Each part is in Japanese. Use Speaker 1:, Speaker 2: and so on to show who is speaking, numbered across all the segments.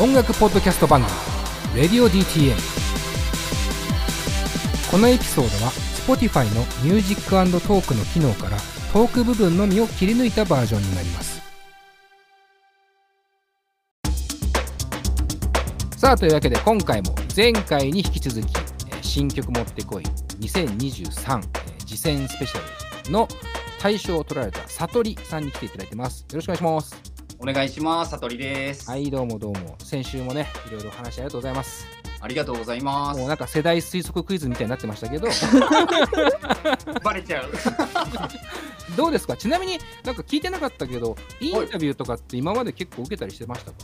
Speaker 1: 音楽ポッドキャスト番組「レディオ DTM」このエピソードは Spotify の「ミュージックトーク」の機能からトーク部分のみを切り抜いたバージョンになりますさあというわけで今回も前回に引き続きえー新曲持ってこい2023えー次戦スペシャルの大賞を取られた悟りさんに来ていただいてますよろしくお願いします
Speaker 2: お願いします。さとりです。
Speaker 1: はいどうもどうも先週もねいろいろお話ありがとうございます
Speaker 2: ありがとうございま
Speaker 1: もう
Speaker 2: す。
Speaker 1: なんか世代推測クイズみたいになってましたけど
Speaker 2: バレちゃう。
Speaker 1: どうですかちなみになんか聞いてなかったけどインタビューとかって今まで結構受けたりしてましたか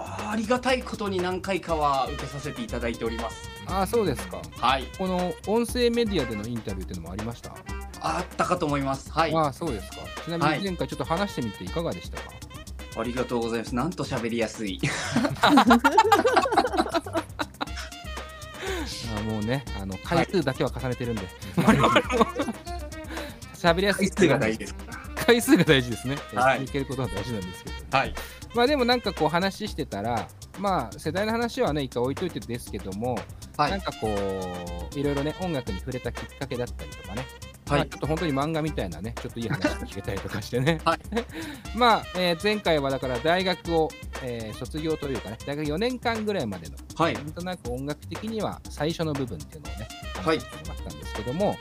Speaker 2: あーありがたいことに何回かは受けさせていただいております。
Speaker 1: ああそうですか
Speaker 2: はい。
Speaker 1: この音声メディアでのインタビューっていうのもありました、
Speaker 2: あったかと思います。はい。
Speaker 1: あ
Speaker 2: あ
Speaker 1: あそうですかちなみ
Speaker 2: は
Speaker 1: に
Speaker 2: い
Speaker 1: 前回ちょっと話してみていかがでしたか、
Speaker 2: りがとうございます。なんと喋りやすい。
Speaker 1: ああもうねあの回数だけは重ねてるんで、我々も 喋りやすい
Speaker 2: ですか
Speaker 1: 回数が大事ですね、
Speaker 2: はい
Speaker 1: えー続けることが大事なんですけど
Speaker 2: ら。はい。
Speaker 1: まあでもなんかこう話してたらまあ世代の話はね一回置いといてですけども、
Speaker 2: は
Speaker 1: なん
Speaker 2: い。
Speaker 1: かこういろいろね音楽に触れたきっかけだったりとかね、
Speaker 2: は
Speaker 1: まあ
Speaker 2: い
Speaker 1: ちょ。っと本当に漫画みたいなねちょっといい話が聞けたりとかしてね、
Speaker 2: はい
Speaker 1: まあ、えー前回はだから大学を、えー卒業というかね大学4年間ぐらいまでの
Speaker 2: はい
Speaker 1: な。んとなく音楽的には最初の部分っていうのをね
Speaker 2: はい
Speaker 1: 話してもらったんですけども、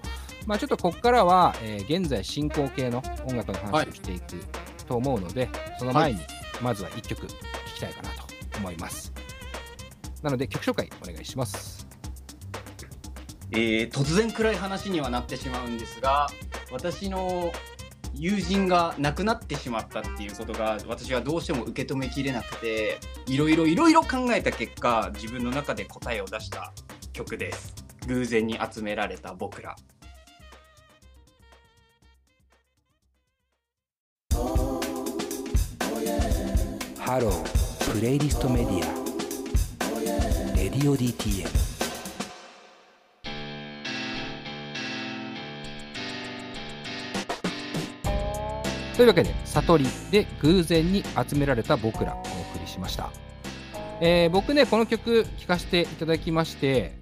Speaker 1: まあちょっとここからは、えー現在進行形の音楽の話をしていくと思うので、その前にまずは1曲聴きたいかなと思いますなので曲紹介お願いします
Speaker 2: えー突然暗い話にはなってしまうんですが私の友人が亡くなってしまったっていうことが私はどうしても受け止めきれなくていろいろいろいろ考えた結果自分の中で答えを出した曲です偶然に集められた僕ら
Speaker 1: ハロープレイリストメディアレディオ DTM というわけで「悟り」で偶然に集められた僕らお送りしました、えー僕ねこの曲聴かせていただきまして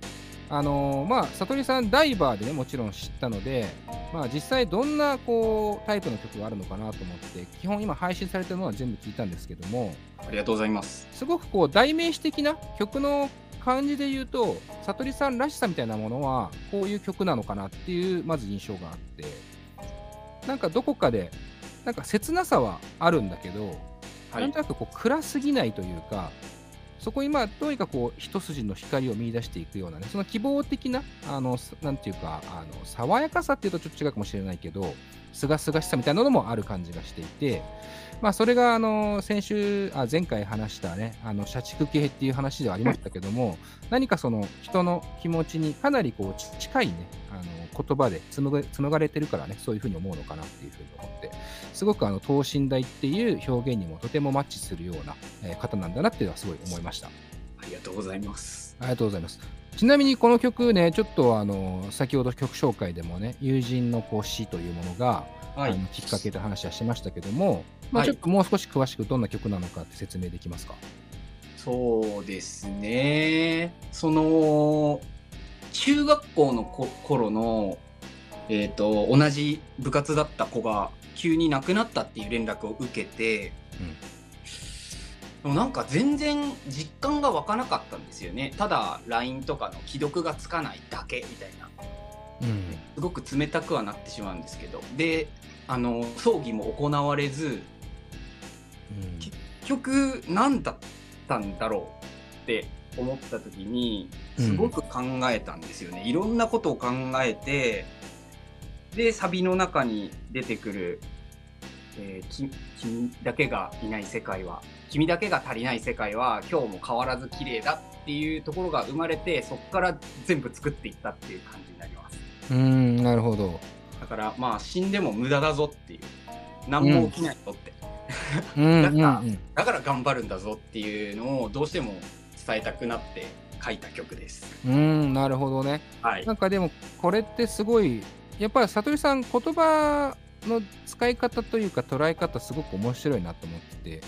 Speaker 1: あのーまあ悟りさんダイバーでねもちろん知ったのでまあ、実際どんなこうタイプの曲があるのかなと思って基本今配信されてるのは全部聞いたんですけども
Speaker 2: ありがとうございます
Speaker 1: すごくこう代名詞的な曲の感じで言うと悟りさんらしさみたいなものはこういう曲なのかなっていうまず印象があってなんかどこかでなんか切なさはあるんだけど、
Speaker 2: は
Speaker 1: なん
Speaker 2: い
Speaker 1: となくこう暗すぎないというかそこにまあどうにかこう一筋の光を見出していくようなねその希望的なあのすなんていうかあの爽やかさっていうとちょっと違うかもしれないけどすがすがしさみたいなのもある感じがしていて、まあ、それがあの先週あ前回話したねあの社畜系っていう話ではありましたけども何かその人の気持ちにかなりこうち近いねあの言葉で紡が紡がれてるからねそういうふうに思うのかなっていうふうに思ってすごくあの等身大っていう表現にもとてもマッチするような、えー方なんだなっていうのはすごい思いました。
Speaker 2: ありがとうございます
Speaker 1: ありがとうございます。ちなみにこの曲ね、ちょっとあの先ほど曲紹介でもね、友人のこう死というものが、
Speaker 2: は
Speaker 1: あ
Speaker 2: い
Speaker 1: のきっかけで話はしましたけども、まあ、
Speaker 2: はい
Speaker 1: ちょっともう少し詳しくどんな曲なのかって説明できますか。
Speaker 2: そうですねその中学校のこ頃の、えー、と同じ部活だった子が急に亡くなったっていう連絡を受けて、でもなんか全然実感が湧かなかったんですよねただ LINE とかの既読がつかないだけみたいな
Speaker 1: うん。
Speaker 2: すごく冷たくはなってしまうんですけどであの葬儀も行われず結局何だったんだろうって思った時にすごく考えたんですよね、いろんなことを考えてでサビの中に出てくる、えーき「君だけがいない世界は君だけが足りない世界は今日も変わらず綺麗だ」っていうところが生まれてそこから全部作っていったっていう感じになります
Speaker 1: うん、なるほど。
Speaker 2: だからまあ死んでも無駄だぞっていう何も起きないぞって、
Speaker 1: うん
Speaker 2: だから
Speaker 1: うんうん
Speaker 2: だから頑張るんだぞっていうのをどうしても伝えたくなって書いた曲です。
Speaker 1: うん、なるほどね。
Speaker 2: はい
Speaker 1: な、んかでもこれってすごいやっぱり悟りさん言葉の使い方というか捉え方すごく面白いなと思ってて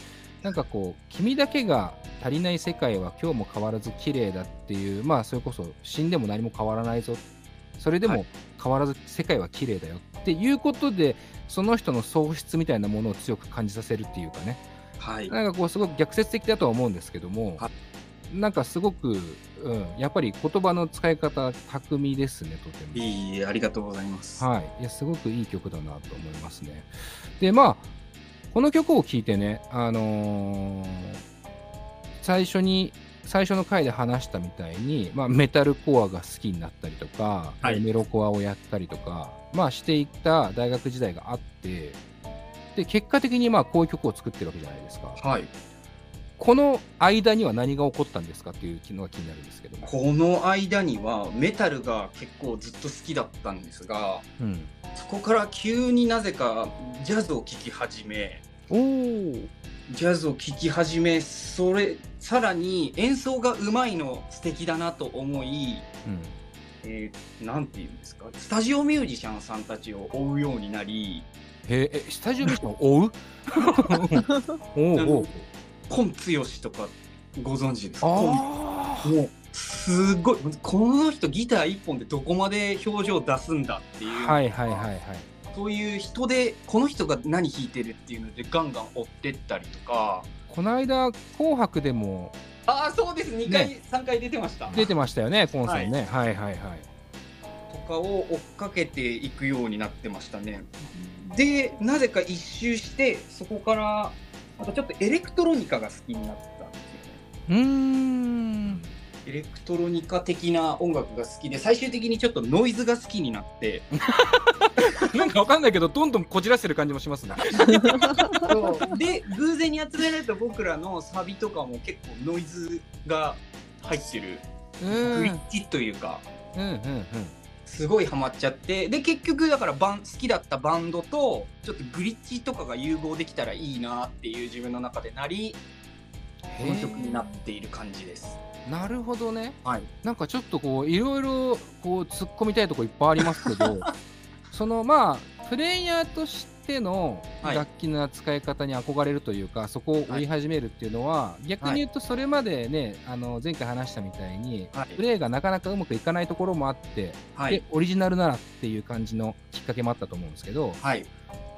Speaker 1: なんかこう君だけが足りない世界は今日も変わらず綺麗だっていうまあそれこそ死んでも何も変わらないぞそれで
Speaker 2: は
Speaker 1: も変わらず世界は綺麗だよっていうことでその人の喪失みたいなものを強く感じさせるっていうかね
Speaker 2: はい。
Speaker 1: なんかこうすごく逆説的だとは思うんですけども
Speaker 2: は
Speaker 1: なんかすごく、うん、やっぱり言葉の使い方巧みですねとても。
Speaker 2: いい、ありがとうございます。
Speaker 1: はい、いやすごくいい曲だなと思いますね。でまあこの曲を聴いてね、あのー最初に最初の回で話したみたいに、まあ、メタルコアが好きになったりとか、
Speaker 2: はい
Speaker 1: メロコアをやったりとか、まあ、していた大学時代があってで結果的にまあこういう曲を作ってるわけじゃないですか
Speaker 2: はい。
Speaker 1: この間には何が起こったんですかっていうのが気になるんですけども、
Speaker 2: この間にはメタルが結構ずっと好きだったんですが、
Speaker 1: うん、
Speaker 2: そこから急になぜかジャズを聴き始め、
Speaker 1: おー
Speaker 2: ジャズを聴き始め、それ、さらに演奏がうまいの素敵だなと思い、
Speaker 1: うん
Speaker 2: えーなんていうんですか、スタジオミュージシャンさんたちを追うようになり、
Speaker 1: へええスタジオミッシ ョン追うおうおう
Speaker 2: コンツヨシとかご存知ですか
Speaker 1: あ
Speaker 2: もうすごいこの人ギター1本でどこまで表情出すんだっていう、
Speaker 1: はいはいはいはい
Speaker 2: そういう人でこの人が何弾いてるっていうのでガンガン追ってったりとか
Speaker 1: この間紅白でも
Speaker 2: ああそうです2回、3回出てました
Speaker 1: 出てましたよねコンさんね、はい、はいはい
Speaker 2: とかを追っかけていくようになってましたねでなぜか一周してそこからまたちょっとエレクトロニカが好きになったんですよね
Speaker 1: うーん
Speaker 2: エレクトロニカ的な音楽が好きで最終的にちょっとノイズが好きにな って
Speaker 1: なんかわかんないけどどんどんこじらせてる感じもしますね
Speaker 2: で偶然に集められた僕らのサビとかも結構ノイズが入ってる
Speaker 1: うんうん
Speaker 2: グ
Speaker 1: うん
Speaker 2: リッチというか
Speaker 1: うん
Speaker 2: すごいハマっちゃってで結局だからバン好きだったバンドとちょっとグリッチとかが融合できたらいいなっていう自分の中でなりこの曲になっている感じです。
Speaker 1: なるほどね
Speaker 2: はい、
Speaker 1: なんかちょっとこういろいろこう突っ込みたいとこいっぱいありますけどそのまあプレイヤーとしての
Speaker 2: はい
Speaker 1: 楽器の使い方に憧れるというか、そこを追い始めるっていうのは、逆に言うとそれまでね、あの前回話したみたいに、
Speaker 2: はい
Speaker 1: プレイがなかなかうまくいかないところもあって、
Speaker 2: は
Speaker 1: で
Speaker 2: い
Speaker 1: オリジナルならっていう感じのきっかけもあったと思うんですけど
Speaker 2: はい、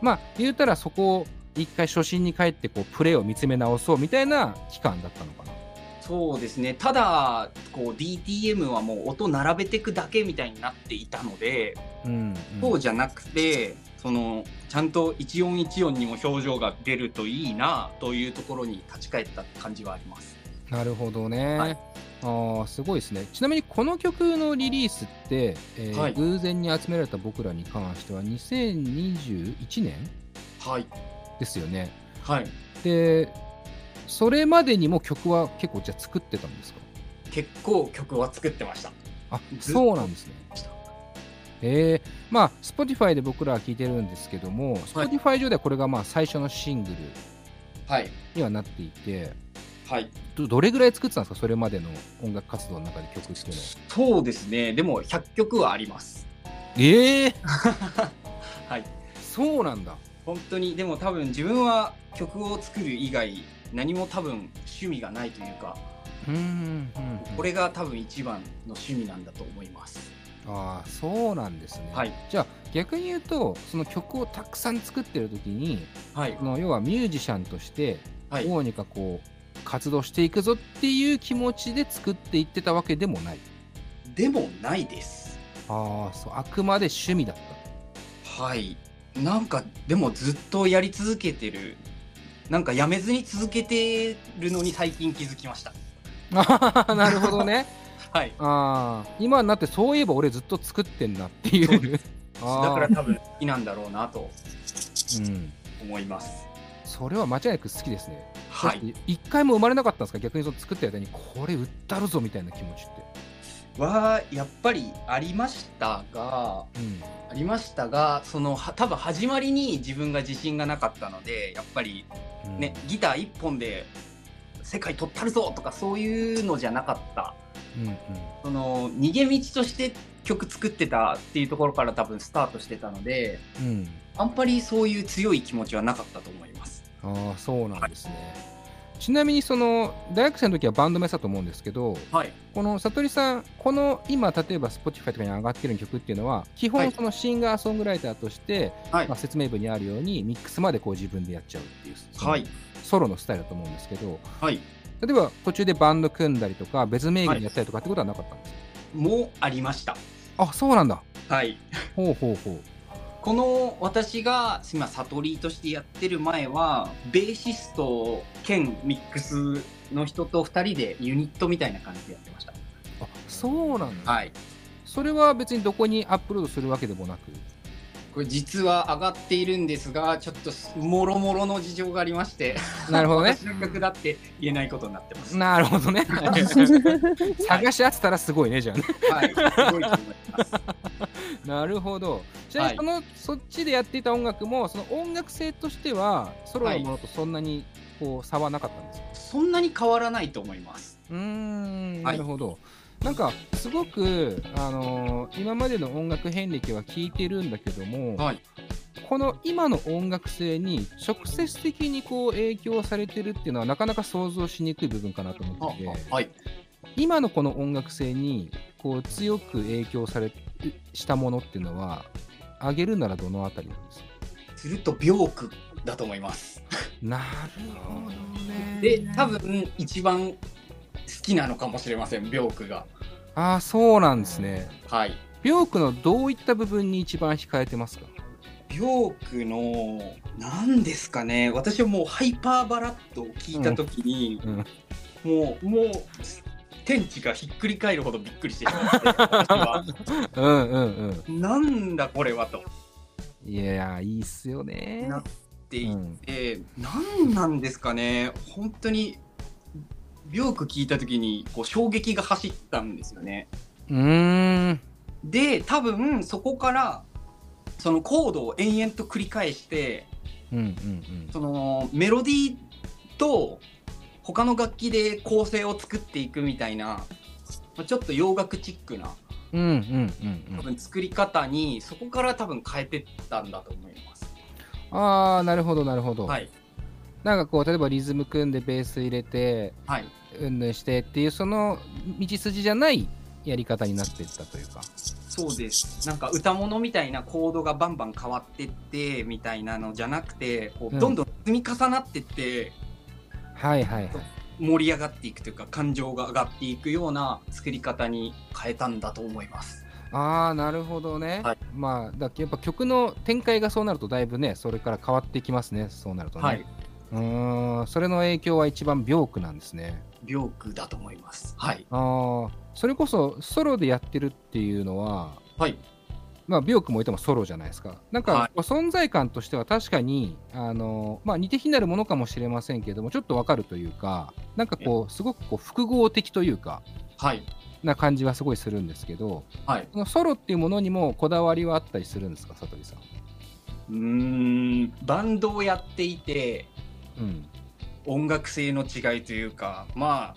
Speaker 1: まあ言うたらそこを一回初心に帰ってこうプレイを見つめ直そうみたいな期間だったのかな。
Speaker 2: そうですねただこう DTM はもう音並べていくだけみたいになっていたので、
Speaker 1: うん
Speaker 2: そうじゃなくてそのちゃんと一音一音にも表情が出るといいなというところに立ち返った感じはあります。
Speaker 1: なるほどね。
Speaker 2: はい
Speaker 1: あーすごいですね。ちなみにこの曲のリリースって、えー
Speaker 2: はい
Speaker 1: 偶然に集められた僕らに関しては2021年
Speaker 2: はい、
Speaker 1: ですよね。
Speaker 2: はい、
Speaker 1: で、それまでにも曲は結構じゃあ作ってたんですか
Speaker 2: 結構曲は作ってました。
Speaker 1: あ
Speaker 2: ずっと
Speaker 1: そうなんですね。えー、まあ Spotify で僕らは聴いてるんですけども、Spotify 上ではこれがまあ最初のシングル
Speaker 2: はい、
Speaker 1: にはなっていて
Speaker 2: はい、
Speaker 1: どどれぐらい作ってたんですかそれまでの音楽活動の中で曲っていうのは。
Speaker 2: そうですね。でも100曲はあります。
Speaker 1: えー、
Speaker 2: はい、
Speaker 1: そうなんだ。
Speaker 2: 本当にでも多分自分は曲を作る以外何も多分趣味がないというか、
Speaker 1: うんうんうん
Speaker 2: これが多分一番の趣味なんだと思います。
Speaker 1: ああそうなんですね、
Speaker 2: はい
Speaker 1: じゃあ逆に言うとその曲をたくさん作ってる時に
Speaker 2: はい
Speaker 1: そ、の要はミュージシャンとして
Speaker 2: はい
Speaker 1: どうにかこう活動していくぞっていう気持ちで作っていってたわけでもない
Speaker 2: でもないです。
Speaker 1: ああそうあくまで趣味だった
Speaker 2: はいなんかでもずっとやり続けてるなんかやめずに続けてるのに最近気づきました
Speaker 1: あー なるほどね
Speaker 2: はい
Speaker 1: ああ今になってそういえば俺ずっと作ってんなってい
Speaker 2: そう
Speaker 1: う
Speaker 2: だ
Speaker 1: あー
Speaker 2: から多分好きなんだろうなと
Speaker 1: うん、
Speaker 2: 思います
Speaker 1: それは間違いなく好きですね
Speaker 2: は
Speaker 1: だ
Speaker 2: い
Speaker 1: って一回も生まれなかったんですか逆にその作った間にこれ売ったるぞみたいな気持ちって
Speaker 2: はやっぱりありましたが
Speaker 1: うん
Speaker 2: ありましたがそのは多分始まりに自分が自信がなかったのでやっぱり
Speaker 1: うん
Speaker 2: ね、ギター1本で世界取ったるぞとかそういうのじゃなかった
Speaker 1: うんうん
Speaker 2: その逃げ道として曲作ってたっていうところから多分スタートしてたので
Speaker 1: うん
Speaker 2: あんまりそういう強い気持ちはなかったと思います。
Speaker 1: ああそうなんですね。ちなみにその大学生の時はバンドもやってたと思うんですけど
Speaker 2: はい。
Speaker 1: この悟りさんこの今例えば Spotify とかに上がってる曲っていうのは基
Speaker 2: は
Speaker 1: 本
Speaker 2: い
Speaker 1: そのシンガーソングライターとして、
Speaker 2: はい
Speaker 1: まあ、説明文にあるようにミックスまでこう自分でやっちゃうっていうその
Speaker 2: はい。
Speaker 1: ソロのスタイルだと思うんですけど
Speaker 2: はい。
Speaker 1: 例えば途中でバンド組んだりとか別名義でやったりとかってことはなかったんですか、
Speaker 2: もうありました。
Speaker 1: あそうなんだ
Speaker 2: はい。
Speaker 1: ほうほうほう
Speaker 2: この私が今悟りとしてやってる前はベーシスト兼ミックスの人と2人でユニットみたいな感じでやってました
Speaker 1: あそうなんだ、
Speaker 2: はい
Speaker 1: それは別にどこにアップロードするわけでもなく
Speaker 2: これ実は上がっているんですがちょっともろもろの事情がありまして
Speaker 1: なるほどね
Speaker 2: 私の曲だって言えないことになってます
Speaker 1: なるほどね探し合ってたらすごいねじゃあね
Speaker 2: はいすごいと思います
Speaker 1: なるほど。ちなみにその、そっちでやっていた音楽も、その音楽性としては、ソロのものとそんなにこう差はなかったんですか、
Speaker 2: そんなに変わらないと思います
Speaker 1: うーん、
Speaker 2: は
Speaker 1: ないるほど。なんか、すごく、あのー今までの音楽遍歴は聞いてるんだけども、
Speaker 2: はい
Speaker 1: この今の音楽性に直接的にこう影響されてるっていうのは、なかなか想像しにくい部分かなと思ってて、
Speaker 2: はい
Speaker 1: 今のこの音楽性にこう強く影響されしたものっていうのは、あげるならどのあたりなんですか
Speaker 2: すると病句だと思います
Speaker 1: なるほどね。
Speaker 2: で多分一番好きなのかもしれません病句が
Speaker 1: ああ、そうなんですね。
Speaker 2: はい
Speaker 1: ビョークのどういった部分に一番控えてますか
Speaker 2: ビョークの何ですかね私はもうハイパーバラッドを聞いた時に、
Speaker 1: うん
Speaker 2: もうもう天地がひっくり返るほどびっくりしてしまって私は
Speaker 1: うんうんうん。
Speaker 2: なんだこれはと
Speaker 1: いやー、いいっすよね。
Speaker 2: なっていて、何なんですかね本当にビョーク聞いた時にこう衝撃が走ったんですよね。
Speaker 1: うーん。
Speaker 2: で多分そこからそのコードを延々と繰り返して
Speaker 1: うんうんうん。
Speaker 2: そのメロディーと他の楽器で構成を作っていくみたいなまあちょっと洋楽チックな
Speaker 1: うんうんうん
Speaker 2: 多
Speaker 1: うん。
Speaker 2: 分作り方にそこから多分変えてったんだと思います。
Speaker 1: ああ、なるほどなるほど。
Speaker 2: はい、
Speaker 1: なんかこう、例えばリズム組んでベース入れて、
Speaker 2: はい、
Speaker 1: うんぬんしてっていう、その道筋じゃないやり方になっていったというか。
Speaker 2: そうですなんか歌物みたいなコードがバンバン変わってってみたいなのじゃなくてこ
Speaker 1: う
Speaker 2: うんどんどん積み重なってって
Speaker 1: はいはいはい。
Speaker 2: 盛り上がっていくというか感情が上がっていくような作り方に変えたんだと思います。
Speaker 1: ああなるほどね、
Speaker 2: はい
Speaker 1: まあだやっぱ曲の展開がそうなるとだいぶねそれから変わってきますねそうなるとね、
Speaker 2: はい、
Speaker 1: うーんそれの影響は一番病苦なんですね
Speaker 2: ビョークだと思います。はい、
Speaker 1: ああそれこそソロでやってるっていうのは
Speaker 2: はい、
Speaker 1: まあ病苦もいてもソロじゃないですかなん
Speaker 2: は
Speaker 1: か存在感としては確かにあのまあ似て非なるものかもしれませんけれどもちょっとわかるというかなんかこうすごくこう複合的というか
Speaker 2: はい、
Speaker 1: な感じはすごいするんですけど
Speaker 2: はい。
Speaker 1: そのソロっていうものにもこだわりはあったりするんですか悟りさん
Speaker 2: うーんバンドをやっていて
Speaker 1: うん
Speaker 2: 音楽性の違いというかま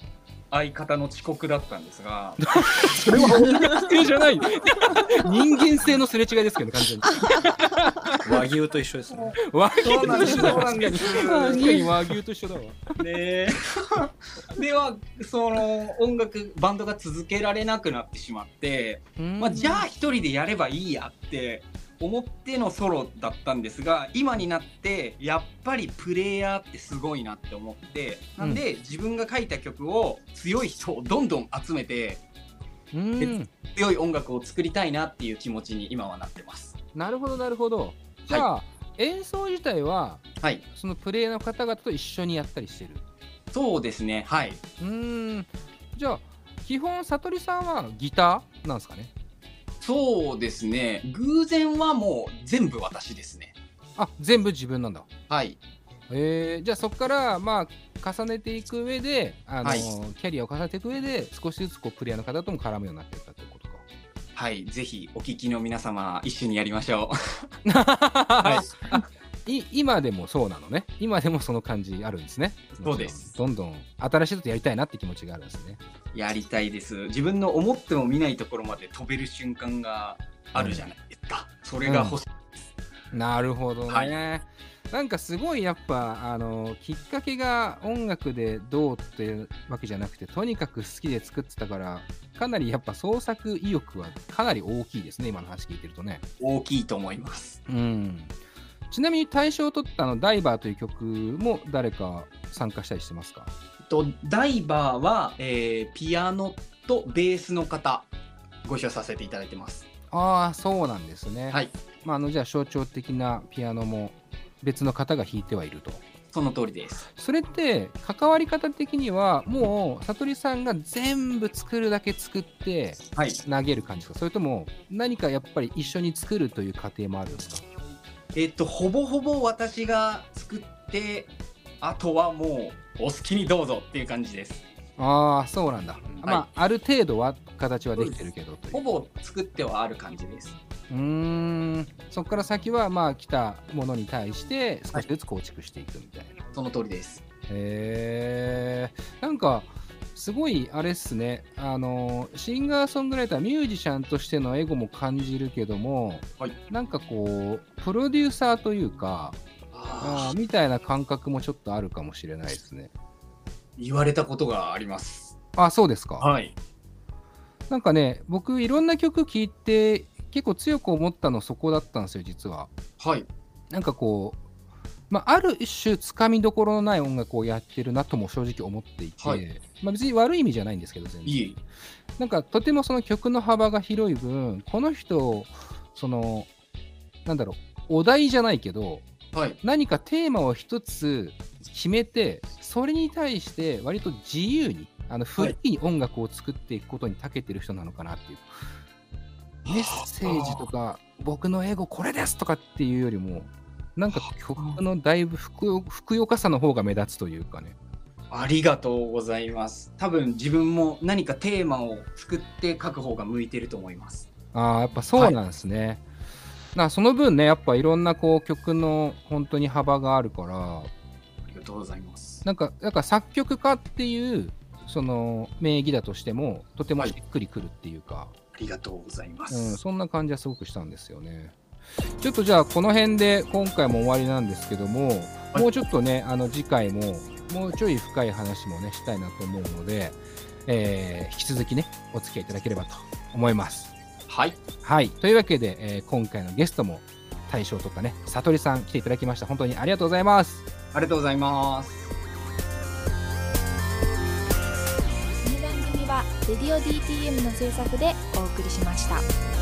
Speaker 2: あ相方の遅刻だったんですが
Speaker 1: それは音楽性じゃない 人間性のすれ違いですけどね完全に
Speaker 3: 和牛と一緒ですね。
Speaker 1: 和
Speaker 2: そうなんで
Speaker 1: 牛と一緒
Speaker 2: すそ
Speaker 1: だ
Speaker 2: うなんです
Speaker 1: 確かに和牛と一緒だわ
Speaker 2: ねではその音楽バンドが続けられなくなってしまって、まあ、じゃあ一人でやればいいやって思ってのソロだったんですが今になってやっぱりプレイヤーってすごいなって思ってなんで自分が書いた曲を強い人をどんどん集めて
Speaker 1: うん
Speaker 2: 強い音楽を作りたいなっていう気持ちに今はなってます。
Speaker 1: なるほどなるほどじゃあ、演奏自体は
Speaker 2: はい、
Speaker 1: そのプレイヤーの方々と一緒にやったりしてる
Speaker 2: そうですね。はい、
Speaker 1: うーんじゃあ基本悟りさんはギターなんですかね
Speaker 2: そうですね。偶然はもう全部私ですね。
Speaker 1: あ全部自分なんだ
Speaker 2: はい、
Speaker 1: えー、じゃあそこからまあ重ねていく上であの、
Speaker 2: はい
Speaker 1: キャリアを重ねていく上で少しずつこうプレイヤーの方とも絡むようになっていったってことか
Speaker 2: はい、ぜひお聞きの皆様一緒にやりましょ
Speaker 1: はい、今でもそうなのね今でもその感じあるんですね
Speaker 2: そうです
Speaker 1: どんどん新しいことやりたいなって気持ちがあるんですね
Speaker 2: う。やりたいです。自分の思っても見ないところまで飛べる瞬間があるじゃないですか。それが欲しい。
Speaker 1: なるほどね、
Speaker 2: は
Speaker 1: なんかすごいやっぱあのきっかけが音楽でどうっていうわけじゃなくてとにかく好きで作ってたからかなりやっぱ創作意欲はかなり大きいですね今の話聞いてるとね。
Speaker 2: 大きいと思います。
Speaker 1: うん、ちなみに大賞を取ったあの「ダイバー」という曲も誰か参加したりしてますか
Speaker 2: とダイバーは、えーピアノとベースの方ご一緒させていただいてます。
Speaker 1: ああそうなんですね。
Speaker 2: はい、
Speaker 1: まあ、あのじゃあ象徴的なピアノも別の方が弾いてはいると。
Speaker 2: その通りです。
Speaker 1: それって関わり方的にはもう悟りさんが全部作るだけ作って
Speaker 2: はい。
Speaker 1: 投げる感じですかそれとも何かやっぱり一緒に作るという過程もあるんですか
Speaker 2: えっ、とほぼほぼ私が作ってあとはもうお好きにどうぞっていう感じです。
Speaker 1: ああそうなんだ、まあある程度は形はできてるけどという
Speaker 2: ほぼ作ってはある感じです。
Speaker 1: うーんそこから先はまあ来たものに対して少しずつ構築していくみたいな、
Speaker 2: その通りです。
Speaker 1: へえんかすごいあれっすねあのシンガーソングライターミュージシャンとしてのエゴも感じるけども、
Speaker 2: はい
Speaker 1: なんかこうプロデューサーというかあ
Speaker 2: あ
Speaker 1: ーみたいな感覚もちょっとあるかもしれないですね
Speaker 2: 言われたことがあります。
Speaker 1: あそうですか
Speaker 2: はい。
Speaker 1: なんかね僕いろんな曲聴いて結構強く思ったのそこだったんですよ実は
Speaker 2: はい。
Speaker 1: なんかこう、まあ、ある一種つかみどころのない音楽をやってるなとも正直思っていて、
Speaker 2: はい
Speaker 1: まあ、別に悪い意味じゃないんですけど全然
Speaker 2: いい。
Speaker 1: なんかとてもその曲の幅が広い分この人そのなんだろうお題じゃないけど
Speaker 2: はい。
Speaker 1: 何かテーマを一つ決めてそれに対して割と自由にあのフリーに音楽を作っていくことに長けてる人なのかなっていう、メッセージとか僕の英語これですとかっていうよりもなんか曲のだいぶふくよふくよかさの方が目立つというかね
Speaker 2: ありがとうございます。多分自分も何かテーマを作って書く方が向いてると思います。
Speaker 1: ああやっぱそうなんですね、なその分ねやっぱいろんなこう曲の本当に幅があるから
Speaker 2: ありがとうございます。
Speaker 1: なんか、なんか作曲家っていう、その名義だとしても、とてもしっくりくるっていうか、
Speaker 2: ありがとうござい
Speaker 1: う
Speaker 2: ま
Speaker 1: ん、
Speaker 2: す。
Speaker 1: そんな感じはすごくしたんですよね。ちょっとじゃあ、この辺で今回も終わりなんですけども、
Speaker 2: はい
Speaker 1: もうちょっとね、あの次回も、もうちょい深い話もね、したいなと思うので、えー引き続きね、お付き合いいただければと思います。
Speaker 2: はい。
Speaker 1: はい。というわけで、えー今回のゲストも、大将とかね、さとりさん来ていただきました。本当にありがとうございます。
Speaker 2: ありがとうございます。
Speaker 4: この番組は「レディオ DTM」の制作でお送りしました。